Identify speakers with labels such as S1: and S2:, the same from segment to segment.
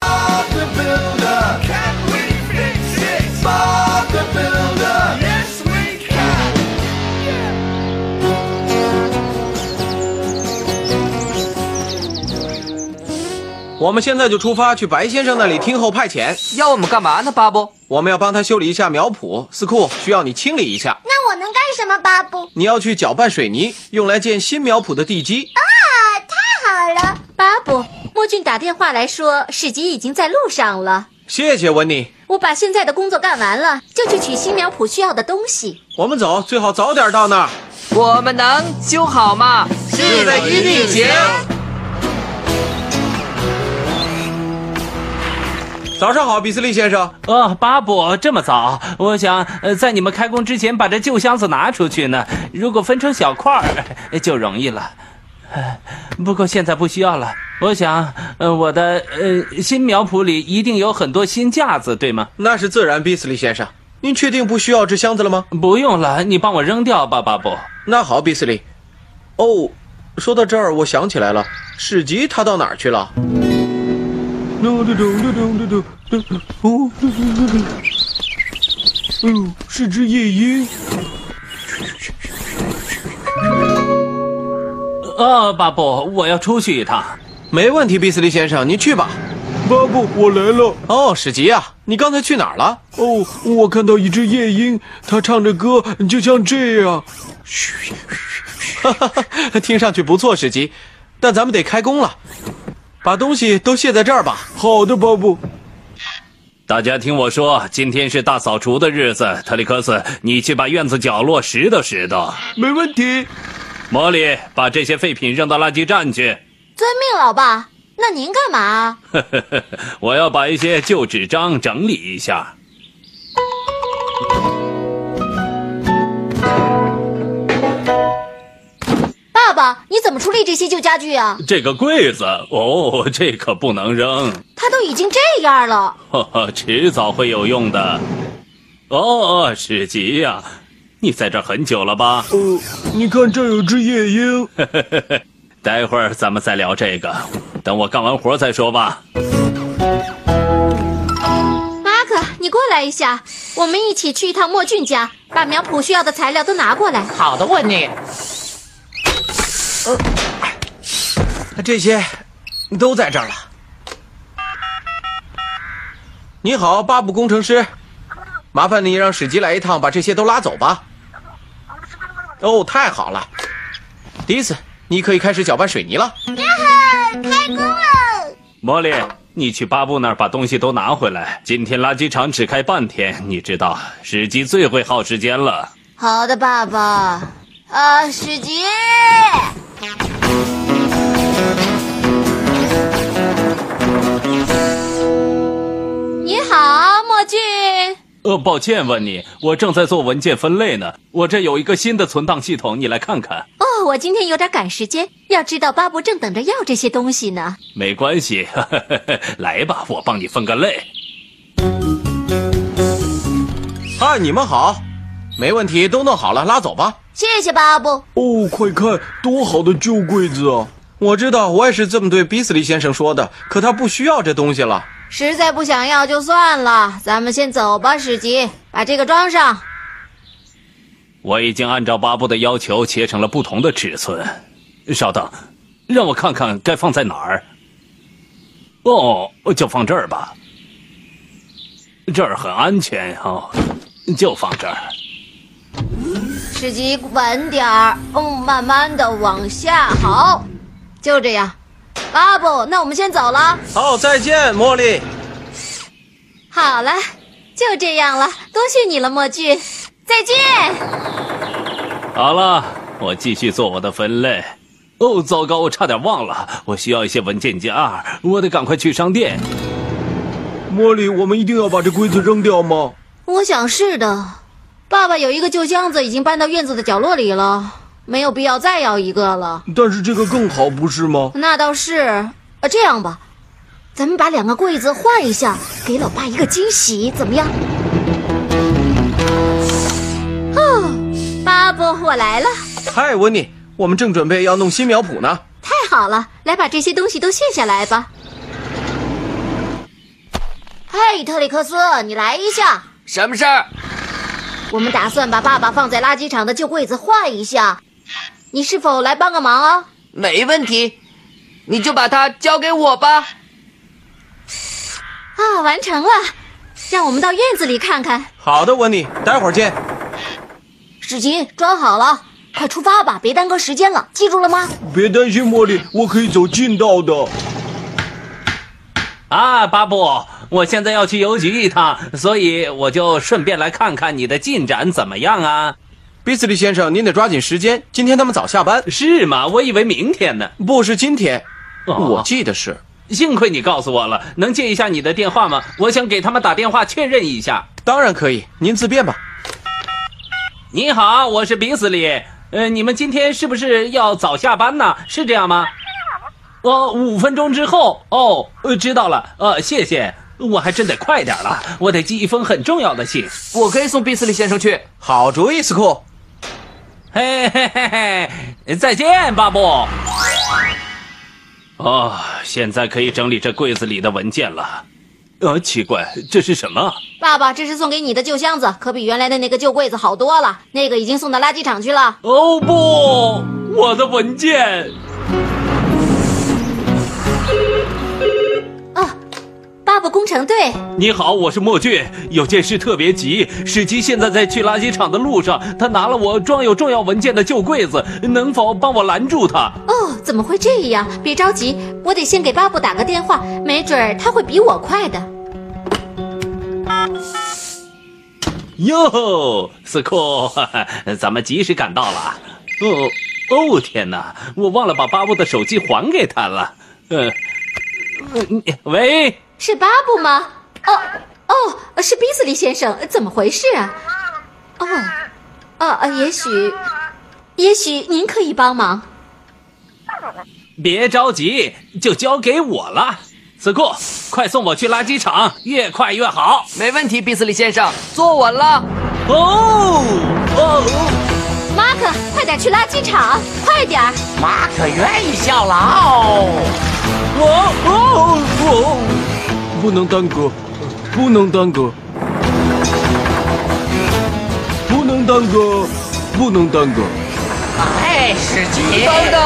S1: Bob the Builder. Can we fix it? Bob the Builder. Yes, we can.
S2: 我们现在就出发去白先生那里听候派遣。
S3: 要我们干嘛呢，巴布？
S2: 我们要帮他修理一下苗圃，司库需要你清理一下。
S4: 那我能干什么，巴布？
S2: 你要去搅拌水泥，用来建新苗圃的地基。
S4: 太好了，
S5: 巴布，莫俊打电话来说市集已经在路上了。
S2: 谢谢温妮，
S5: 我把现在的工作干完了，就去取新苗圃需要的东西。
S2: 我们走，最好早点到那儿。
S3: 我们能修好吗？
S2: 是的一定行早上好，比斯利先生。
S6: 哦，巴布，这么早？我想，呃，在你们开工之前把这旧箱子拿出去呢。如果分成小块儿，呃就容易了。唉不过现在不需要了。我想，呃，我的呃新苗圃里一定有很多新架子，对吗？
S2: 那是自然，比斯利先生。您确定不需要这箱子了吗？
S6: 不用了，你帮我扔掉吧，巴布。
S2: 那好，比斯利。哦，说到这儿，我想起来了，史吉他到哪儿去了？
S7: 嘟嘟嘟嘟嘟嘟嘟嘟，哦，嘟嘟嘟嘟。哎呦，是只夜莺。
S6: 哦，巴布，我要出去一趟。
S2: 没问题，比斯利先生，您去吧。
S7: 巴布，我来了。
S2: 哦，史吉啊，你刚才去哪儿了？
S7: 哦，我看到一只夜莺，它唱着歌，就像这样。
S2: 听上去不错，史吉，但咱们得开工了，把东西都卸在这儿吧。
S7: 好的，巴布。
S6: 大家听我说，今天是大扫除的日子。特里克斯，你去把院子角落拾掇拾掇。
S7: 没问题。
S6: 魔力，把这些废品扔到垃圾站去。
S5: 遵命，老爸。那您干嘛啊？
S6: 我要把一些旧纸张整理一下。
S5: 爸爸，你怎么处理这些旧家具啊？
S6: 这个柜子，哦， 这可不能扔，
S5: 它都已经这样了，
S6: 呵呵，迟早会有用的。哦，史吉呀、你在这儿很久了吧？
S7: 呃，你看这有只夜莺。
S6: 待会儿咱们再聊这个，等我干完活再说吧。
S5: 马克，你过来一下，我们一起去一趟莫俊家，把苗圃需要的材料都拿过来。
S3: 好的，问你。
S2: 这些都在这儿了。你好，巴布工程师，麻烦你让史吉来一趟，把这些都拉走吧。哦，太好了，迪斯，你可以开始搅拌水泥了。
S4: 开工了。
S6: 茉莉，你去巴布那儿把东西都拿回来。今天垃圾场只开半天，你知道，史吉最会耗时间了。
S5: 好的，爸爸。
S4: 啊，史吉，
S5: 你好，莫俊。
S6: 呃，抱歉，问你，我正在做文件分类呢。我这有一个新的存档系统，你来看看。
S5: 哦，我今天有点赶时间，要知道巴布正等着要这些东西呢。
S6: 没关系， 呵呵呵来吧，我帮你分个类。
S2: 嗨，啊你们好，没问题，都弄好了，拉走吧。
S4: 谢谢巴布。
S7: 哦，快看，多好的旧柜子啊！
S2: 我知道，我也是这么对比斯利先生说的，可他不需要这东西了。
S4: 实在不想要就算了，咱们先走吧，史吉，把这个装上。
S6: 我已经按照巴布的要求切成了不同的尺寸。稍等，让我看看该放在哪儿。哦，就放这儿吧，这儿很安全哦，就放这儿。
S4: 史吉，稳点儿，嗯，慢慢的往下，好，就这样。巴布，那我们先走了。
S2: 好，再见，茉莉。
S5: 好了，就这样了，多谢你了，莫俊。
S4: 再见。
S6: 好了，我继续做我的分类。哦，糟糕，我差点忘了，我需要一些文件夹，我得赶快去商店。
S7: 茉莉，我们一定要把这柜子扔掉吗？
S5: 我想是的，
S4: 爸爸有一个旧箱子已经搬到院子的角落里了，没有必要再要一个了。
S7: 但是这个更好，不是吗？
S4: 那倒是。呃，这样吧，
S5: 咱们把两个柜子换一下，给老爸一个惊喜，怎么样？哦我来了，
S2: 嗨，温妮，我们正准备要弄新苗圃呢。
S5: 太好了，来把这些东西都卸下来吧。
S4: 嘿，特里克斯，你来一下。
S3: 什么事儿？
S4: 我们打算把爸爸放在垃圾场的旧柜子换一下，你是否来帮个忙啊？
S3: 没问题，你就把它交给我吧。
S5: 啊，完成了，让我们到院子里看看。
S2: 好的，温妮，待会儿见。
S4: 史吉，装好了，快出发吧，别耽搁时间了，记住了吗？
S7: 别担心，茉莉，我可以走近道的。
S6: 啊，巴布，我现在要去邮局一趟，所以我就顺便来看看你的进展怎么样啊？
S2: 比斯利先生，您得抓紧时间，今天他们早下班。
S6: 是吗？我以为明天呢。
S2: 不是今天，
S6: 哦
S2: 我记得是。
S6: 幸亏你告诉我了，能借一下你的电话吗？我想给他们打电话确认一下。
S2: 当然可以，您自便吧。
S6: 你好，我是比斯利。呃，你们今天是不是要早下班呢？是这样吗？哦，五分钟之后。哦，呃，知道了。呃，谢谢。我还真得快点了，我得寄一封很重要的信。
S3: 我可以送比斯利先生去。
S2: 好主意，斯库。
S6: 嘿嘿嘿嘿，再见，巴布。哦，现在可以整理这柜子里的文件了。呃，奇怪，这是什么？
S4: 爸爸，这是送给你的旧箱子，可比原来的那个旧柜子好多了，那个已经送到垃圾场去了。
S6: 哦不，我的文件！
S4: 啊
S5: 巴布工程队，
S6: 你好，我是墨俊，有件事特别急。史基现在在去垃圾场的路上，他拿了我装有重要文件的旧柜子，能否帮我拦住他？
S5: 哦，怎么会这样？别着急，我得先给巴布打个电话，没准儿他会比我快的。
S6: 哟，斯库，哈哈咱们及时赶到了。哦，哦天哪，我忘了把巴布的手机还给他了。呃，呃你喂，
S5: 是巴布吗？哦哦，是比斯利先生，怎么回事啊？哦，哦呃，也许，也许您可以帮忙。
S6: 别着急，就交给我了。斯库，快送我去垃圾场，越快越好。
S3: 没问题，比斯利先生，坐稳了。
S6: 哦哦。
S5: 马克，快点去垃圾场，快点儿！
S8: 马可愿意效劳。
S7: 哦哦哦！不能耽搁，不能耽搁，不能耽搁，不能耽搁。
S8: 哎，史吉，
S3: 等等，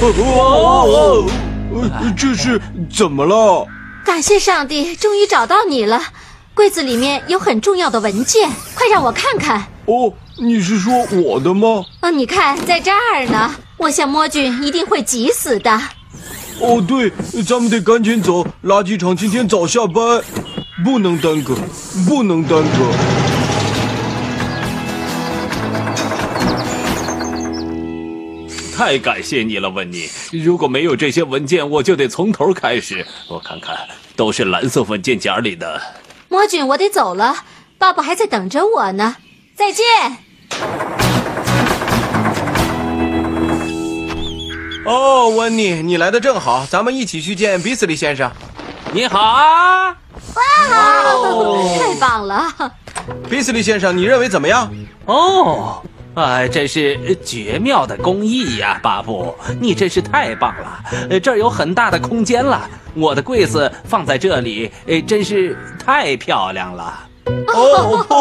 S7: 哦哦哦！呃这是怎么了？
S5: 感谢上帝，终于找到你了。柜子里面有很重要的文件，快让我看看。
S7: 哦，你是说我的吗？
S5: 哦，你看，在这儿呢。我想摸俊一定会急死的。
S7: 哦，对，咱们得赶紧走，垃圾场今天早下班，不能耽搁，不能耽搁。
S6: 太感谢你了，温妮。如果没有这些文件，我就得从头开始。我看看，都是蓝色文件夹里的。
S5: 摸俊，我得走了，爸爸还在等着我呢。再见。
S2: 哦，温妮，你来的正好，咱们一起去见比斯利先生。
S6: 你好 啊，
S5: 太棒了！
S2: 比斯利先生，你认为怎么样？
S6: 哦，哎，真是绝妙的工艺呀、巴布，你真是太棒了。呃，这儿有很大的空间了，我的柜子放在这里，哎，真是太漂亮了。
S2: 哦不，